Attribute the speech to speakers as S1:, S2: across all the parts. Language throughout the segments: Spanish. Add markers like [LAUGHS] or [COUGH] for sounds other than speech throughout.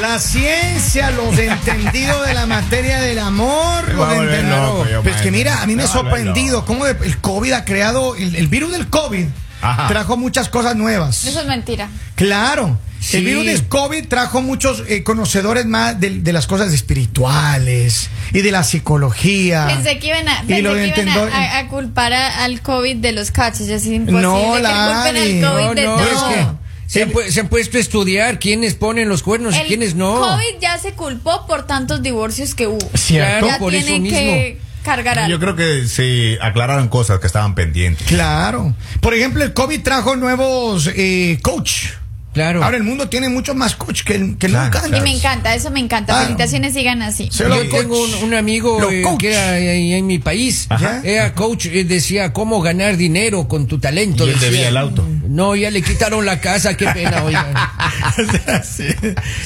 S1: la ciencia,
S2: [LAUGHS]
S1: los entendidos de la materia del amor,
S2: va
S1: los
S2: a volver
S1: entendidos.
S2: loco, yo,
S1: Pues que
S2: maestro.
S1: mira, a mí me ha
S2: Me va a volver
S1: sorprendido
S2: loco.
S1: cómo el COVID ha creado, el, el virus del COVID
S2: Ajá.
S1: trajo muchas cosas nuevas.
S3: Eso es mentira.
S1: Claro.
S2: Sí.
S1: El virus del COVID trajo muchos eh, conocedores más de, de las cosas espirituales y de la psicología.
S3: Pensé que iban a,
S1: Ah. Y
S3: pensé
S1: lo
S3: que iban a-
S1: intentó-
S3: a- a culpar a- al COVID de los cachos. Es imposible
S1: No,
S3: que culpen
S1: Lali,
S3: al COVID de
S1: no,
S2: no,
S3: todo.
S2: es que se, han, pu- se han puesto a estudiar quiénes ponen los cuernos y
S3: El
S2: quiénes no.
S3: COVID ya se culpó por tantos divorcios que hubo.
S1: Cierto.
S3: Ya
S2: por eso
S3: tienen que cargar algo.
S4: Yo creo que se aclararon cosas que
S1: [LAUGHS]
S4: estaban pendientes.
S1: Claro. Por ejemplo, el COVID trajo nuevos eh, coach.
S2: Claro.
S1: Ahora el mundo tiene muchos más coach que, que
S4: Claro,
S1: nunca.
S4: claro.
S3: Y me encanta, eso me encanta.
S1: Ah.
S3: Felicitaciones sigan así.
S1: Sí.
S2: Yo
S1: Los
S2: tengo
S1: coach.
S2: un, un amigo
S1: Los
S2: eh,
S1: coach.
S2: que era ahí en mi país.
S1: Ajá.
S2: Era coach, eh, decía cómo ganar dinero con tu talento.
S4: Y él
S2: decía.
S4: debía el auto.
S2: No, ya le quitaron la casa, qué pena, oiga.
S1: [LAUGHS] En serio,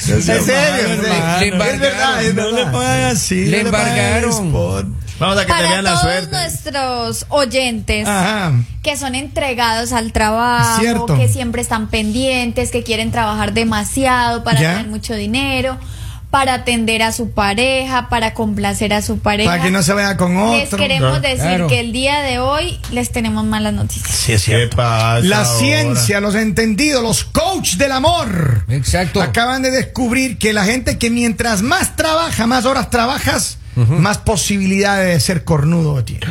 S1: en
S2: hermano,
S1: serio.
S2: hermano.
S1: Es verdad, es
S2: No
S1: verdad. le pongan así.
S2: Le no le pongan embargaron. spot.
S4: Vamos a que te
S3: Para
S4: vean la
S3: todos
S4: suerte.
S3: nuestros oyentes
S1: Ajá.
S3: que son entregados al trabajo,
S1: Cierto.
S3: que siempre están pendientes, que quieren trabajar demasiado para
S1: Ya.
S3: ganar mucho dinero, para atender a su pareja, para complacer a su pareja.
S1: Para que no se vaya con
S3: les
S1: otro.
S3: queremos
S4: Claro.
S3: decir
S2: Claro.
S3: que el día de hoy les tenemos malas noticias.
S1: Sí, es
S4: ¿Qué
S1: cierto.
S4: pasa
S1: La
S4: ahora?
S1: ciencia, los entendidos, los coach del amor.
S2: Exacto.
S1: Acaban de descubrir que la gente que mientras más trabaja, más horas trabajas, más posibilidades de ser cornudo tiene.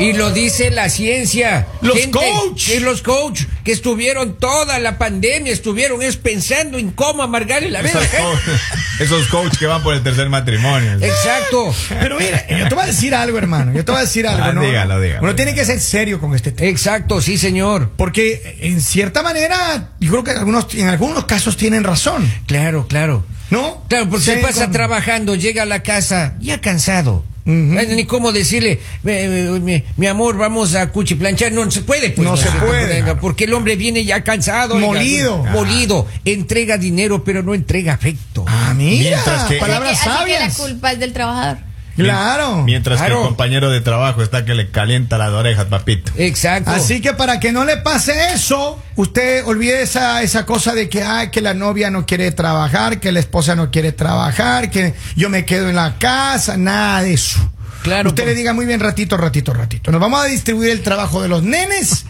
S2: Y lo dice la ciencia.
S1: Los coach.
S2: que los coach que estuvieron toda la pandemia, estuvieron es pensando en cómo amargarle la vida.
S4: Esos,
S1: eh.
S4: co- [LAUGHS] esos coach que van por el tercer matrimonio.
S2: Exacto.
S1: Pero mira, yo te voy a decir algo, hermano. Yo te voy a decir algo.
S4: Ah,
S1: ¿no?
S4: dígalo, dígalo.
S1: Uno tiene que ser serio con este tema.
S2: Exacto, sí, señor.
S1: Porque en cierta manera, yo creo que algunos, en algunos casos tienen razón.
S2: Claro, claro.
S1: ¿No?
S2: Claro, porque
S1: Se
S2: se pasa
S1: con-
S2: trabajando, llega a la casa ya cansado.
S1: Ujú.
S2: Eh, Ni cómo decirle, "Ve, ve, mi, mi amor, vamos a cuchiplanchar. No, no se puede. pues,
S1: No se puede.
S2: oiga, Porque el hombre viene ya cansado. oiga. pues,
S1: Molido.
S2: Molido. Entrega dinero, pero no entrega afecto.
S1: Ah, mira,
S4: Mientras que-
S1: palabras
S3: así que- así que la
S1: sabias.
S3: culpa es del trabajador.
S1: Claro. Eh,
S4: Mientras que
S2: Claro.
S4: el compañero de trabajo está que le calienta las orejas, papito.
S2: Exacto.
S1: Así que para que no le pase eso, usted olvide esa, esa cosa de que, ay, que la novia no quiere trabajar, que la esposa no quiere trabajar, que yo me quedo en la casa, nada de eso.
S2: Claro, pues.
S1: Usted
S2: por-
S1: le diga muy bien ratito, ratito, ratito. Nos vamos a distribuir el trabajo de los nenes.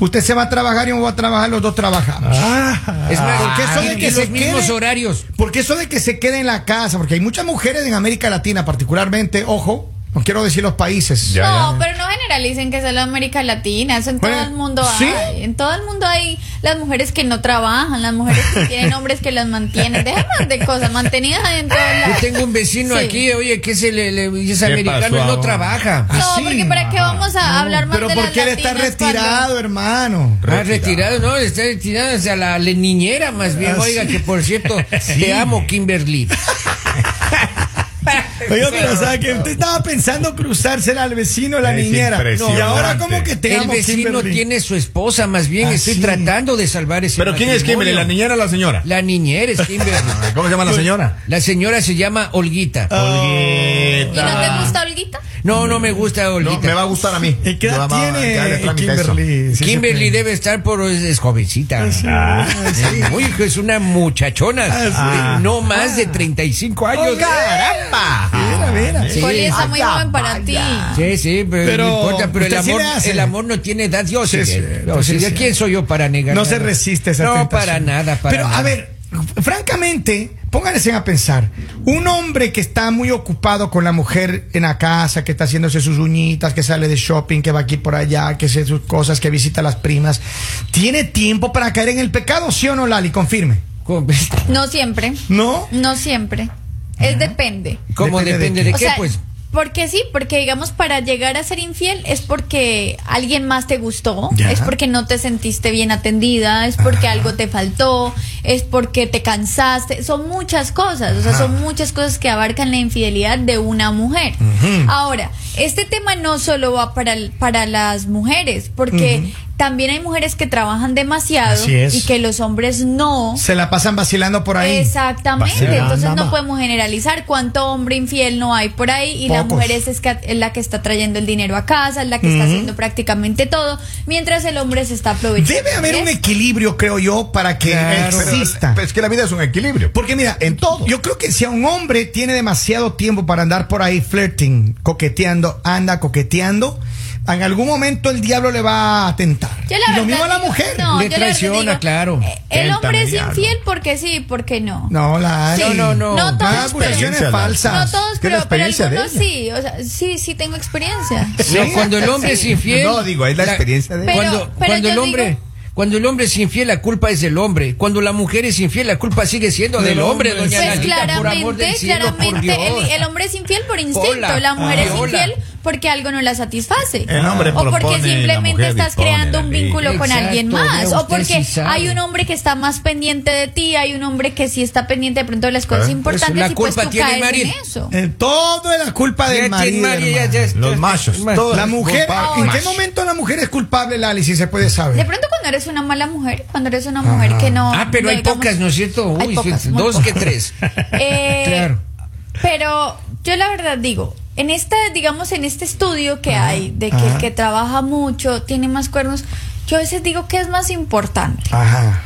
S1: Usted se va a trabajar y yo voy a trabajar, los dos trabajamos.
S2: Es más,
S1: Ah, Porque eso de
S2: y-
S1: que
S2: y
S1: se
S2: los mismos
S1: quede-
S2: horarios.
S1: Porque eso de que se quede en la casa, porque hay muchas mujeres en América Latina, particularmente, ojo, no quiero decir los países.
S4: Ya,
S3: no,
S4: ya.
S3: pero no generalicen que solo América Latina, eso en
S1: Bueno,
S3: todo el mundo
S1: ¿sí?
S3: hay. En todo el mundo hay las mujeres que no trabajan, las mujeres que tienen hombres que las mantienen. Déjenme de cosas, mantenidas hay en todos
S2: Yo
S3: lados.
S2: tengo un vecino
S3: Sí.
S2: aquí, oye, que se le, le- y es
S4: ¿Qué
S2: americano
S4: pasó
S2: y no
S4: ahora?
S2: trabaja.
S1: Ah,
S3: No,
S1: sí.
S3: porque para qué vamos a hablar más
S1: Pero
S3: de
S1: ¿por
S3: las
S1: qué él está
S3: latinas
S1: retirado,
S3: cuando-
S1: hermano?
S2: Ah, retirado, no, está retirado o sea, la le- niñera más bien.
S1: Ah,
S2: Oiga,
S1: sí.
S2: que por cierto, te amo, Kimberly.
S1: Oiga, pero ¿sabes que Usted estaba pensando cruzársela al vecino, la
S4: Es
S1: niñera. Y
S4: impresionante.
S1: ahora como que te
S2: El
S1: amo,
S2: vecino
S1: Kimberly?
S2: tiene su esposa, más bien
S1: Ah,
S2: estoy
S1: sí.
S2: tratando de salvar ese
S4: Pero ¿quién es Kimberly?
S2: matrimonio.
S4: ¿La niñera o la señora?
S2: La niñera es Kimberly.
S4: [LAUGHS] ¿Cómo se llama la señora?
S2: La señora se llama Olguita.
S1: Eh,
S3: ¿Y no te gusta Olguita?
S2: No, no me gusta Olguita.
S4: No, me va a gustar a mí.
S1: ¿Y qué edad
S4: Yo amaba- ya le
S1: tiene
S4: tramita eso.
S1: Kimberly? Sí,
S2: Kimberly
S1: sí,
S2: debe estar por es, es jovencita.
S4: Ah.
S2: Es muy- es una muchachona.
S1: sí.
S2: de No más de 35 años.
S1: Mira, mira.
S2: Sí.
S3: Oli está muy joven para ti.
S2: Sí, sí, pero,
S1: Pero
S2: no importa, pero el
S1: usted sí
S2: amor,
S1: le hace.
S2: el amor no tiene edad, yo
S1: Sí,
S2: sé.
S1: sí,
S2: que- o
S1: sí,
S2: sea,
S1: sí.
S2: ¿Quién soy yo para negar?
S1: No
S2: nada?
S1: se resiste a esa
S2: No,
S1: tentación.
S2: para nada, para
S1: Pero,
S2: nada.
S1: a ver, francamente, pónganse a pensar. Un hombre que está muy ocupado con la mujer en la casa, que está haciéndose sus uñitas, que sale de shopping, que va aquí por allá, que hace sus cosas, que visita a las primas, ¿tiene tiempo para caer en el pecado, sí o no, Lali? Confirme. [LAUGHS]
S2: ¿Cómo,
S3: No siempre.
S1: ¿No?
S3: No siempre. Es depende.
S2: cómo
S1: Depende de
S2: depende
S1: quién.
S2: de,
S3: O
S2: qué?
S3: sea,
S2: pues
S3: Porque sí, porque digamos para llegar a ser infiel es porque alguien más te gustó,
S1: Ya.
S3: es porque no te sentiste bien atendida, es porque algo te faltó, es porque te cansaste, son muchas cosas, o sea, son muchas cosas que abarcan la infidelidad de una mujer. Ahora, este tema no solo va para, el- para las mujeres, porque También hay mujeres que trabajan demasiado
S1: Así es.
S3: y que los hombres no.
S1: Se la pasan vacilando por ahí.
S3: Exactamente,
S1: Vacilando.
S3: entonces no podemos generalizar cuánto hombre infiel no hay por ahí y la
S1: Pocos.
S3: mujer es, es que- es la que está trayendo el dinero a casa, es la que está haciendo prácticamente todo, mientras el hombre se está aprovechando.
S1: Debe haber un
S3: ¿Ves?
S1: equilibrio, creo yo, para que
S4: Claro.
S1: exista.
S4: Pero Es que la vida es un equilibrio.
S1: Porque mira,
S4: En todo.
S1: Yo creo que si a un hombre tiene demasiado tiempo para andar por ahí flirting, coqueteando, anda coqueteando, en algún momento el diablo le va a atentar.
S3: Yo
S1: y
S3: la
S1: lo
S3: verdad
S1: mismo a la
S3: digo-
S1: mujer.
S3: no,
S2: Le
S3: yo la verdad
S2: traiciona,
S3: digo,
S2: claro.
S3: eh, El
S4: Tenta,
S3: hombre es
S4: mediano.
S3: infiel porque sí, porque no.
S1: No, la
S3: Sí.
S1: hay.
S2: No,
S3: No
S2: no, no.
S1: Más
S3: todos, pero,
S1: acusaciones
S4: pero-
S1: falsas.
S3: no todos,
S4: Que la
S3: pero, pero
S4: experiencia de
S3: algunos
S4: ella.
S3: sí, o sea, sí, sí tengo experiencia.
S1: pues,
S2: No, cuando el hombre
S3: Sí.
S2: es infiel.
S4: No, digo, es la experiencia de-
S3: Pero-
S2: cuando,
S3: pero
S2: cuando
S3: yo
S2: el hombre.
S3: digo-
S2: Cuando el hombre es infiel, la culpa es del hombre. Cuando la mujer es infiel, la culpa sigue siendo del,
S1: Del
S2: hombre,
S1: hombre.
S2: [LAUGHS] doña
S3: Pues
S2: Lalita, por amor
S3: claramente,
S2: del cielo, por
S3: claramente,
S2: Dios.
S3: el, el hombre es infiel por instinto,
S2: Hola,
S3: la mujer es
S2: hola.
S3: infiel porque algo no la satisface.
S4: El hombre
S3: o porque
S4: propone, la
S3: simplemente
S4: mujer
S3: estás
S4: dispone,
S3: creando un
S4: Lalita.
S3: vínculo con
S2: Exacto,
S3: alguien
S2: vea
S3: más,
S2: usted
S3: o porque
S2: sí sabe.
S3: hay un hombre que está más pendiente de ti, hay un hombre que sí está pendiente de pronto de las cosas
S4: Ah.
S3: importantes
S2: Eso, la
S3: y pues
S2: culpa
S3: tú
S2: tiene
S3: caes
S2: Mari.
S3: en eso.
S1: Eh, todo es la culpa
S2: Ya
S1: del
S2: tiene
S1: marido.
S2: Mario, ya-
S1: hermano.
S2: ya está-
S4: Los machos,
S2: Ma-
S4: todos.
S1: La mujer,
S4: Culpable.
S1: ¿en qué
S4: Macho.
S1: momento la mujer es culpable, Lali, si se puede
S3: De
S1: saber?
S3: pronto cuando eres una mala mujer, cuando eres una mujer que no...
S2: Ah, pero hay
S3: digamos-
S2: pocas, ¿no es cierto?
S3: Hay
S2: Uy,
S3: pocas, muy
S2: dos que
S3: pocas.
S2: tres.
S3: [LAUGHS]
S2: Ah,
S3: Eh,
S2: [LAUGHS] Claro.
S3: Pero yo la verdad digo, en esta, digamos, en este estudio que hay de que el que trabaja mucho tiene más cuernos, yo a veces digo que es más importante.
S1: Ajá.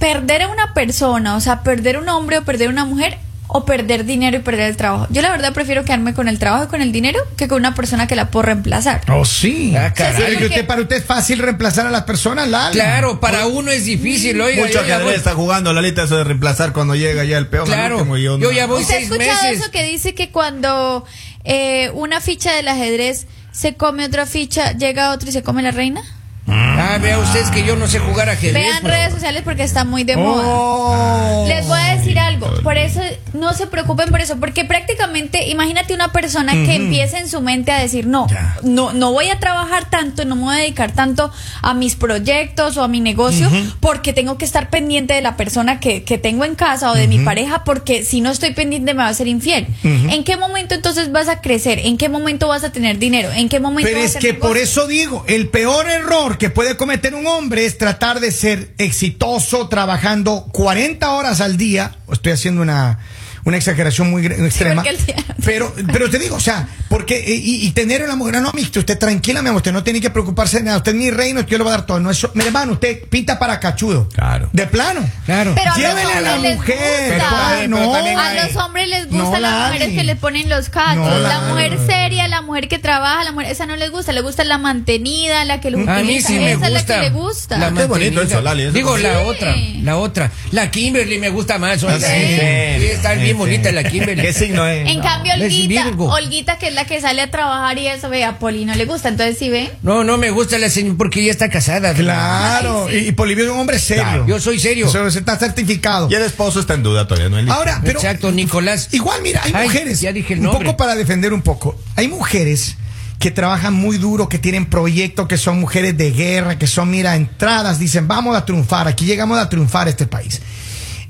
S3: Perder a una persona, o sea, perder un hombre o perder una mujer o perder dinero y perder el trabajo. Yo la verdad prefiero quedarme con el trabajo y con el dinero que con una persona que la puedo reemplazar.
S1: Oh, sí.
S2: Ah,
S1: Caray,
S3: Sí, sí,
S1: que
S3: porque-
S1: usted, para usted es fácil reemplazar a las personas, Lali.
S2: Claro, para uno es difícil, oiga.
S4: Mucho
S2: yo ya
S4: ajedrez
S2: voy-
S4: está jugando la lista eso de reemplazar cuando llega ya el peón. al
S2: Claro,
S4: último, y
S2: yo
S4: no.
S2: ya voy-
S3: ¿Usted ha
S2: seis
S3: escuchado
S2: meses.
S3: eso que dice que cuando eh, una ficha del ajedrez se come otra ficha, llega otra y se come la reina?
S2: Ah, vea ustedes que yo no sé jugar ajedrez.
S3: Vean
S2: pero-
S3: redes sociales porque está muy de moda.
S1: Oh.
S3: Les voy a decir algo, por eso no se preocupen por eso, porque prácticamente imagínate una persona que empieza en su mente a decir, no,
S1: Ya.
S3: no, no voy a trabajar tanto, no me voy a dedicar tanto a mis proyectos o a mi negocio, porque tengo que estar pendiente de la persona que, que tengo en casa o de mi pareja, porque si no estoy pendiente me va a ser infiel. ¿En qué momento entonces vas a crecer? ¿En qué momento vas a tener dinero? ¿En qué momento
S1: Pero
S3: vas
S1: es
S3: a
S1: que
S3: hacer
S1: por
S3: Pues negocio?
S1: eso digo, el peor error que puede cometer un hombre es tratar de ser exitoso trabajando 40 horas al día. Estoy haciendo una, una exageración muy gre- extrema.
S3: porque el día- [LAUGHS]
S1: pero, pero te digo, o sea, porque eh, y, y tener una mujer, no, mixto, usted tranquila, mi amor, usted no tiene que preocuparse de nada, usted ni reino, usted lo va a dar todo. No, eso, mi hermano, usted pinta para cachudo.
S4: Claro.
S1: De plano.
S2: Claro.
S3: Pero a
S1: Llévele
S3: los
S1: a la
S3: hombres les
S1: mujer.
S3: gusta.
S1: Ay, no.
S2: Pero también
S3: A
S2: Ay.
S3: los hombres les
S1: No,
S3: gusta las
S1: Lali.
S3: mujeres que le ponen los cachos.
S1: No,
S3: la
S1: Lali.
S3: mujer seria, la mujer que trabaja, la mujer, esa no les gusta. Le gusta la mantenida, la que le
S2: A mí sí me
S3: esa
S2: gusta.
S3: es la que le gusta.
S2: La
S4: Qué bonito
S2: mantenida.
S4: eso, Lali, eso
S2: Digo,
S4: sí.
S2: la otra, la otra. La Kimberly me gusta más. oiga. eh,
S4: Ah, sí,
S2: Sí,
S4: sí,
S2: está
S4: sí,
S2: bien
S4: sí.
S2: bonita la Kimberly.
S4: ¿Qué signo es?
S3: en
S4: No.
S3: cambio,
S2: les
S3: Olguita,
S2: virgo.
S3: Olguita, que es la que sale a trabajar y eso, ve, a Poli no le gusta. Entonces, sí ve.
S2: No, no me gusta la señora porque ella está casada.
S1: Claro. Y, y Polibio es un hombre serio.
S4: Claro.
S2: Yo soy serio.
S1: Eso está certificado.
S4: Y el esposo está en duda todavía, ¿no? El hijo.
S1: Ahora, pero
S2: Exacto, Nicolás.
S1: Igual, mira, hay
S2: Ay,
S1: mujeres.
S2: ya dije el
S1: un
S2: nombre.
S1: poco para defender un poco. Hay mujeres que trabajan muy duro, que tienen proyectos, que son mujeres de guerra, que son, mira, entradas, dicen, vamos a triunfar, aquí llegamos a triunfar a este país.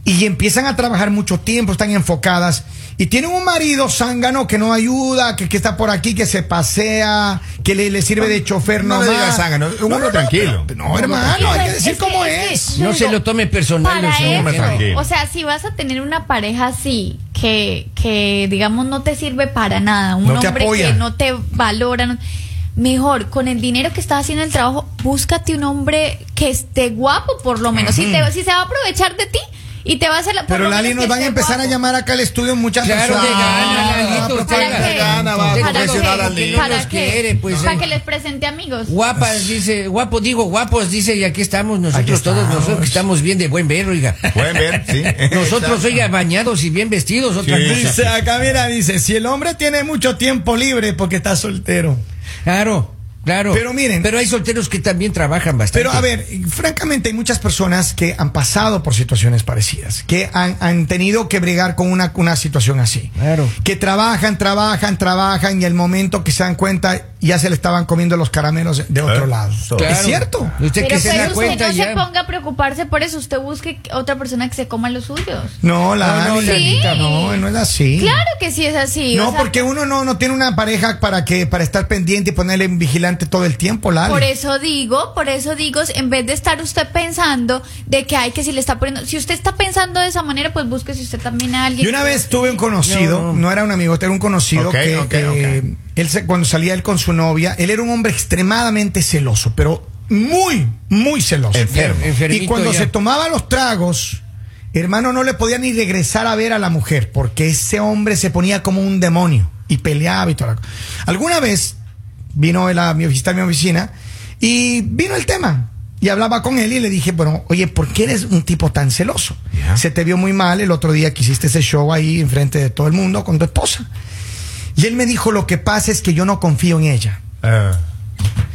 S1: Y empiezan a trabajar mucho tiempo, están enfocadas. Y tienen un marido zángano que no ayuda, que, que está por aquí, que se pasea, que le, le sirve de chofer
S4: no
S1: nomás.
S4: le digas zángano, un hombre tranquilo.
S1: pero-
S4: Un
S1: No,
S4: hombre
S1: hermano, hay que
S3: tranquilo.
S1: decir
S3: Es que-
S1: cómo
S3: es que-
S1: es.
S3: Yo
S2: No se
S3: digo,
S2: lo tome personal.
S3: Para
S2: o sea,
S4: hombre tranquilo.
S3: eso, o sea, si vas a tener una pareja así que, que digamos no te sirve para nada, un
S1: No te
S3: hombre
S1: apoya.
S3: que no te valora, no- mejor con el dinero que estás haciendo el trabajo, búscate un hombre que esté guapo por lo menos, si, te, si se va a aprovechar de ti y te va a hacer la por
S1: Pero
S3: lo
S1: Lali nos
S3: menos que
S1: van a
S3: esté
S1: empezar a
S3: guapo.
S1: llamar acá al estudio muchas
S2: Claro que
S1: personas.
S2: gana,
S1: Ah,
S2: Lalito,
S1: pero
S2: usted
S1: ¿para
S3: ¿Para
S2: gana.
S1: qué gana, va?
S2: Usted
S3: qué?
S4: confesionar
S3: ¿Para
S4: al
S3: qué?
S4: niño.
S3: ¿Para
S2: Los
S3: qué?
S2: quiere, pues,
S3: Para
S2: eh.
S3: que les presente amigos.
S2: Guapas, dice, guapos, digo, guapos, dice, y aquí estamos nosotros
S1: Aquí
S2: todos,
S1: estamos.
S2: nosotros que estamos bien de buen ver, oiga.
S4: Pueden ver, sí.
S2: [LAUGHS] Nosotros, oiga, bañados y bien vestidos, otra
S4: Sí.
S2: cosa.
S1: Dice acá, mira, dice, si el hombre tiene mucho tiempo libre porque está soltero.
S2: Claro, claro.
S1: Pero miren.
S2: Pero hay solteros que también trabajan bastante.
S1: Pero a ver, francamente hay muchas personas que han pasado por situaciones parecidas, que han, han tenido que bregar con una, una situación así.
S2: Claro.
S1: Que trabajan, trabajan, trabajan y al momento que se dan cuenta, ya se le estaban comiendo los caramelos de otro
S4: Eh,
S1: lado.
S4: so-
S1: Es
S2: Claro.
S1: cierto.
S2: Usted
S3: Pero
S2: que se
S3: pues
S2: da
S3: usted
S2: cuenta
S3: no
S2: ya.
S3: se ponga a preocuparse por eso. Usted busque otra persona que se coma los suyos.
S1: No, la
S2: No, no,
S1: Dani,
S3: Sí.
S1: no, no es así.
S3: Claro que sí es así. o
S1: No,
S3: sea,
S1: porque uno no, no tiene una pareja para que para estar pendiente y ponerle en vigilante todo el tiempo, Lali.
S3: Por eso digo, por eso digo, en vez de estar usted pensando de que hay que si le está poniendo, si usted está pensando de esa manera, pues busque si usted también a alguien.
S1: Yo una vez tuve un conocido, no,
S2: No.
S1: era un amigo, este era un conocido
S4: Ok,
S1: que,
S4: ok,
S1: que
S4: ok.
S1: él se- cuando salía él con su novia, él era un hombre extremadamente celoso, pero muy, muy celoso.
S4: Enfermo.
S2: Enfermito
S1: Y cuando
S2: ya.
S1: se tomaba los tragos, hermano, no le podía ni regresar a ver a la mujer, porque ese hombre se ponía como un demonio y peleaba y toda la cosa. Alguna vez vino él a mi oficina, a mi oficina y vino el tema. Y hablaba con él y le dije, bueno, oye, ¿por qué eres un tipo tan celoso?
S4: Ya.
S1: Se te vio muy mal el otro día que hiciste ese show ahí enfrente de todo el mundo con tu esposa. Y él me dijo, lo que pasa es que yo no confío en ella.
S4: [LAUGHS] Ah.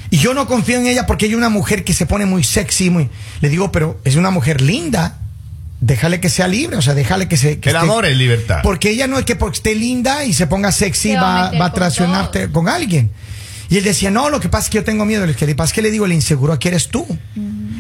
S1: Y yo no confío en ella porque ella es una mujer que se pone muy sexy, muy. Le digo, pero es una mujer linda. Déjale que sea libre, o sea, déjale que se. que
S4: el
S2: Este,
S1: esté-
S4: amor es libertad.
S1: Porque ella no es que porque esté linda y se ponga sexy
S3: Te va
S1: va,
S3: a meter
S1: va a
S3: con
S1: traicionarte con, alguien. Y él decía, no, lo que pasa es que yo tengo miedo. Le dije, "Lo que pasa es que le digo, el inseguro aquí eres tú.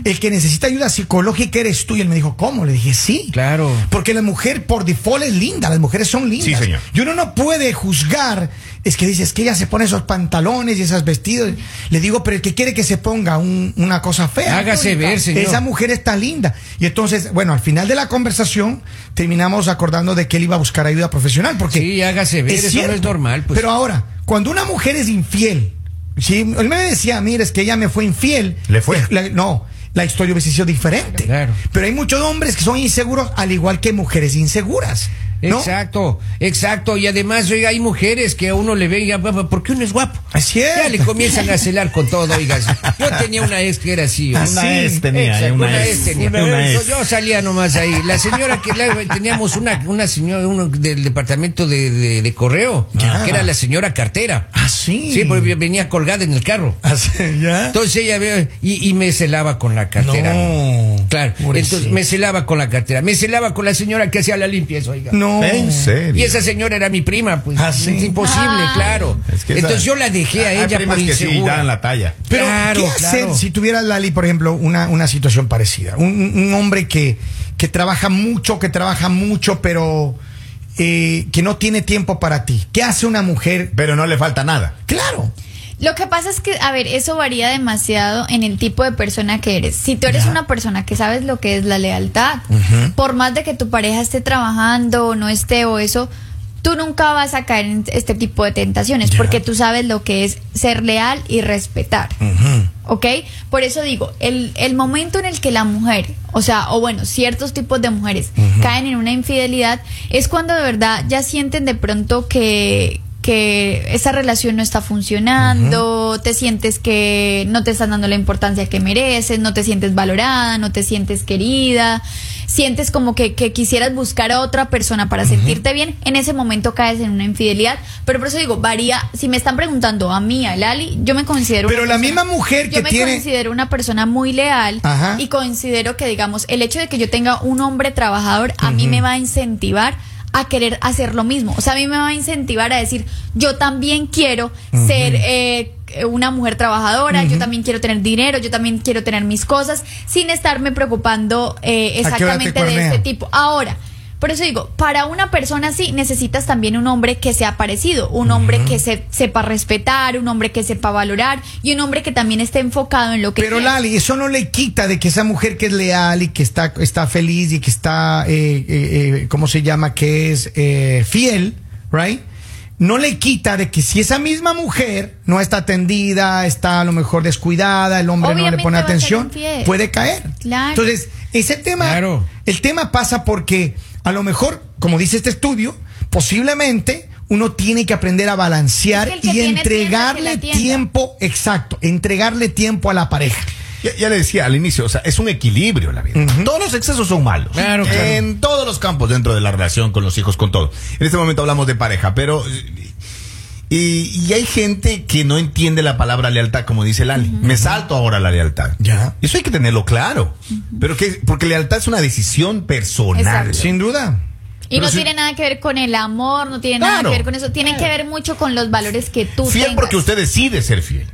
S1: El que necesita ayuda psicológica eres tú. Y él me dijo, ¿cómo? Le dije, sí.
S2: Claro.
S1: Porque la mujer por default es linda, las mujeres son lindas.
S4: Sí, señor.
S1: Y uno no puede juzgar, es que dices que ella se pone esos pantalones y esas vestidos. Le digo, pero el que quiere que se ponga un- una cosa fea.
S2: Hágase ver, señor.
S1: Esa mujer está linda. Y entonces, bueno, al final de la conversación terminamos acordando de que él iba a buscar ayuda profesional. Porque
S2: Sí, hágase ver, eso no es normal, pues.
S1: Pero ahora, cuando una mujer es infiel, si él me decía, mira, es que ella me fue infiel.
S4: Le fue.
S1: La- no, la historia hubiese sido diferente.
S2: Claro.
S1: Pero hay muchos hombres que son inseguros, al igual que mujeres inseguras. ¿no?
S2: Exacto, exacto. Y además, oiga, hay mujeres que a uno le ven y ya, "Papá, ¿por qué uno es guapo?
S1: Es cierto.
S2: Ya le comienzan a celar con todo,
S1: [LAUGHS]
S2: oiga. Yo tenía una ex que era así. oiga.
S1: Así,
S4: Una ex tenía, ¿eh?
S2: Exacto,
S4: una,
S2: una ex tenía. Pero
S4: Una ex.
S2: yo, yo salía nomás ahí. La señora que la- teníamos una, una señora uno del departamento de, de- de correo,
S1: Ya.
S2: que era la señora cartera.
S1: Así.
S2: Sí, pues porque venía colgada en el carro.
S1: Así, ya.
S2: Entonces ella ve y, y me celaba con la cartera.
S1: No.
S2: Claro.
S1: Pobrecita.
S2: Entonces me celaba con la cartera. Me celaba con la señora que hacía la limpieza, oiga.
S1: no.
S4: En serio.
S2: Y esa señora era mi prima, pues
S1: Ah, ¿sí?
S2: es imposible,
S3: Ah.
S2: claro.
S4: Es que esa-
S2: Entonces yo la dejé a
S4: Hay
S2: ella
S4: primas
S2: por
S4: que sí
S2: insegura.
S4: dan la talla.
S1: Pero,
S2: Claro,
S1: ¿qué hacer
S2: claro.
S1: si tuviera Lali, por ejemplo, una, una situación parecida? Un, un- un hombre que, que trabaja mucho, que trabaja mucho, pero eh, que no tiene tiempo para ti. ¿Qué hace una mujer?
S4: Pero no le falta nada.
S1: Claro.
S3: Lo que pasa es que, a ver, eso varía demasiado en el tipo de persona que eres. Si tú eres
S1: Ya.
S3: una persona que sabes lo que es la lealtad, por más de que tu pareja esté trabajando o no esté o eso, tú nunca vas a caer en este tipo de tentaciones
S1: Ya.
S3: porque tú sabes lo que es ser leal y respetar. ¿Ok? Por eso digo, el, el momento en el que la mujer, o sea, o bueno, ciertos tipos de mujeres caen en una infidelidad, es cuando de verdad ya sienten de pronto que, que esa relación no está funcionando, te sientes que no te están dando la importancia que mereces, no te sientes valorada, no te sientes querida, sientes como que, que quisieras buscar a otra persona para sentirte bien, en ese momento caes en una infidelidad. Pero por eso digo, varía, si me están preguntando a mí, a Lali, yo me considero...
S1: Pero
S3: una
S1: la misma mujer
S3: yo
S1: que
S3: me
S1: tiene-
S3: considero una persona muy leal
S1: Ajá.
S3: y considero que, digamos, el hecho de que yo tenga un hombre trabajador a mí me va a incentivar a querer hacer lo mismo. O sea, a mí me va a incentivar a decir, yo también quiero ser eh, una mujer trabajadora, yo también quiero tener dinero, yo también quiero tener mis cosas, sin estarme preocupando eh,
S1: ¿A qué hora te
S3: exactamente de
S1: cuernea?
S3: este tipo. Ahora. Por eso digo, para una persona así necesitas también un hombre que sea parecido, un hombre que se, sepa respetar, un hombre que sepa valorar y un hombre que también esté enfocado en lo que
S1: Pero
S3: quiere.
S1: Lali, eso no le quita de que esa mujer que es leal y que está, está feliz y que está, eh, eh, eh, ¿cómo se llama? Que es eh, fiel, ¿right? No le quita de que si esa misma mujer no está atendida, está a lo mejor descuidada, el hombre no le
S3: Obviamente
S1: pone
S3: va a ser
S1: atención,
S3: infiel.
S1: puede caer.
S3: Claro.
S1: Entonces, ese tema,
S2: Claro.
S1: el tema pasa porque a lo mejor, como dice este estudio, posiblemente uno tiene que aprender a balancear
S3: Es que el que
S1: y
S3: tiene tienda, que la
S1: entregarle
S3: tienda.
S1: tiempo tiempo exacto, entregarle tiempo a la pareja.
S4: Ya, ya le decía al inicio, o sea, es un equilibrio la vida. Todos los excesos son malos.
S2: Claro, claro.
S4: En todos los campos, dentro de la relación, con los hijos, con todo. En este momento hablamos de pareja, pero. eh, Y, y hay gente que no entiende la palabra lealtad, como dice Lali. Me salto ahora la lealtad.
S1: Ya.
S4: Eso hay que tenerlo claro. Pero que, porque lealtad es una decisión personal.
S3: Exacto.
S1: Sin duda.
S3: Y
S4: Pero
S3: no
S4: si-
S3: tiene nada que ver con el amor, no tiene nada
S4: Claro.
S3: que ver con eso. Tiene que ver mucho con los valores que tú
S4: Fiel
S3: tengas.
S4: porque usted decide ser fiel.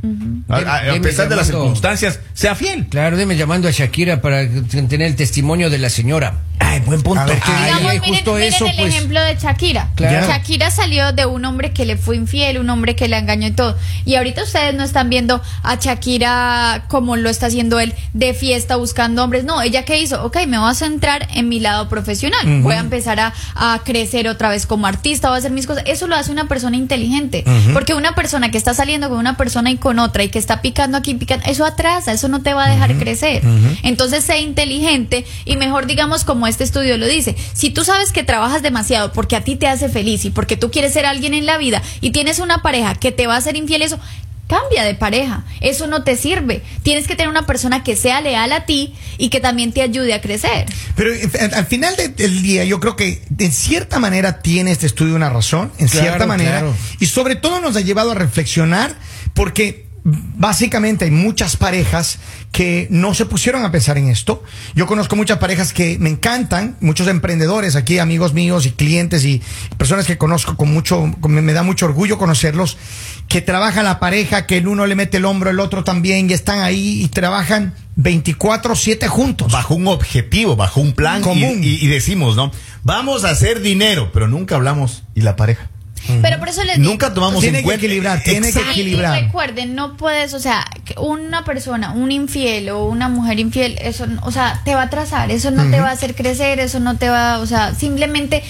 S4: A- a- a,
S2: Deme
S4: pesar de las
S2: llamando.
S4: circunstancias, sea fiel.
S2: Claro, deme llamando a Shakira para tener el testimonio de la señora.
S4: Ay, buen punto.
S1: A ver,
S4: Ay,
S2: Ay,
S3: Digamos, miren,
S2: justo
S3: miren
S2: eso,
S3: el
S2: pues.
S3: ejemplo de Shakira.
S2: Claro.
S3: Shakira salió de un hombre que le fue infiel, un hombre que la engañó y todo. Y ahorita ustedes no están viendo a Shakira como lo está haciendo él de fiesta buscando hombres. No, ella qué hizo? Ok, me voy a centrar en mi lado profesional. Voy a empezar a, a crecer otra vez como artista, voy a hacer mis cosas. Eso lo hace una persona inteligente. Porque una persona que está saliendo con una persona y con otra y que está picando aquí, picando, eso atrasa, eso no te va a dejar crecer. Entonces, sé inteligente y mejor digamos como este estudio lo dice, si tú sabes que trabajas demasiado porque a ti te hace feliz y porque tú quieres ser alguien en la vida y tienes una pareja que te va a ser infiel, eso cambia de pareja, eso no te sirve. Tienes que tener una persona que sea leal a ti y que también te ayude a crecer.
S1: Pero eh, al- al final de- del día, yo creo que en cierta manera tiene este estudio una razón, en
S2: Claro,
S1: cierta manera,
S2: claro.
S1: y sobre todo nos ha llevado a reflexionar porque básicamente hay muchas parejas que no se pusieron a pensar en esto. Yo conozco muchas parejas que me encantan, muchos emprendedores aquí, amigos míos y clientes y personas que conozco con mucho, con- me, me da mucho orgullo conocerlos, que trabaja la pareja, que el uno le mete el hombro, el otro también, y están ahí y trabajan 24/7 juntos.
S4: bajo un objetivo, bajo un plan y-
S1: Común.
S4: Y, y decimos, ¿no? Vamos a hacer dinero, pero nunca hablamos. ¿Y la pareja?
S3: Pero por eso les digo-
S4: Nunca tomamos
S1: Tiene
S4: en
S1: que
S4: cuenta.
S1: equilibrar, tiene que
S4: Exacto.
S3: Y-
S1: equilibrar.
S3: Y recuerden, no puedes, o sea, que una persona, un infiel o una mujer infiel, eso, no- o sea, te va a atrasar, eso no te va a hacer crecer, eso no te va, o sea, simplemente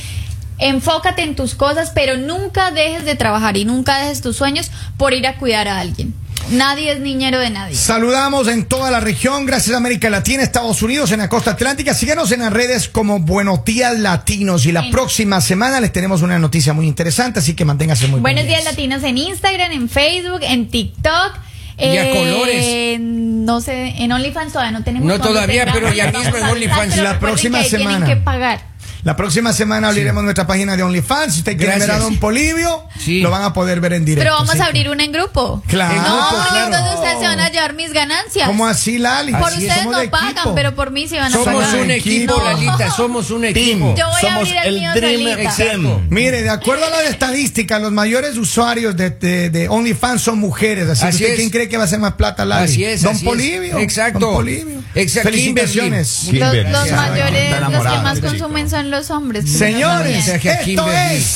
S3: enfócate en tus cosas, pero nunca dejes de trabajar y nunca dejes tus sueños por ir a cuidar a alguien. Nadie es niñero de nadie.
S1: Saludamos en toda la región, gracias a América Latina, Estados Unidos, en la costa atlántica. Síganos en las redes como Buenos Días Latinos. Y la
S3: Sí.
S1: próxima semana les tenemos una noticia muy interesante, así que manténgase muy
S3: Buenos días
S1: pendientes.
S3: latinos en Instagram, en Facebook, en TikTok.
S2: Y a colores.
S3: No sé, en OnlyFans todavía no tenemos.
S2: No
S3: cuando
S2: todavía,
S3: tengamos,
S2: pero ya
S3: vamos [LAUGHS]
S2: mismo en
S3: a avisar,
S2: OnlyFans.
S3: pero
S1: La
S3: recuerden
S1: próxima
S3: que ahí
S1: semana.
S3: Tienen que pagar.
S1: La próxima semana abriremos nuestra página de OnlyFans. Si usted quiere
S2: Gracias.
S1: ver a Don Polivio,
S2: Sí.
S1: lo van a poder ver en directo.
S3: Pero vamos
S1: así
S3: a
S1: que-
S3: abrir una en grupo.
S1: Claro, pues,
S3: No, porque
S1: claro.
S3: entonces ustedes se van a llevar mis ganancias.
S1: ¿Cómo así, Lali?
S3: por
S1: Así es,
S3: ustedes
S1: somos
S3: no
S1: de
S3: pagan,
S1: equipo.
S3: pero por mí se van a
S1: Somos
S2: Somos
S3: pagar.
S2: un equipo,
S1: equipo.
S2: Lalita, somos un equipo.
S3: Yo voy a
S4: Somos
S3: abrir el mío
S4: Dream
S3: solita.
S2: Exacto.
S4: Team.
S1: Mire, de acuerdo a las estadísticas, los mayores usuarios de, de- de OnlyFans son mujeres. Así, que
S2: Así
S1: ¿usted
S2: es.
S1: ¿quién cree que va a hacer más plata, Lali?
S2: Así es,
S1: Don
S2: así es.
S1: Polivio.
S2: Exacto.
S1: Don Polivio.
S2: Exacto.
S1: Felicitaciones.
S4: Kimberly.
S3: Los,
S4: Kimberly.
S3: los
S4: Está
S3: mayores, los que
S4: enamorada
S3: más
S4: del chico.
S3: consumen son los hombres.
S1: Señores,
S2: Mensaje a
S1: esto
S2: Kimberly.
S1: es...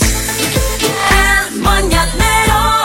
S5: El mañanero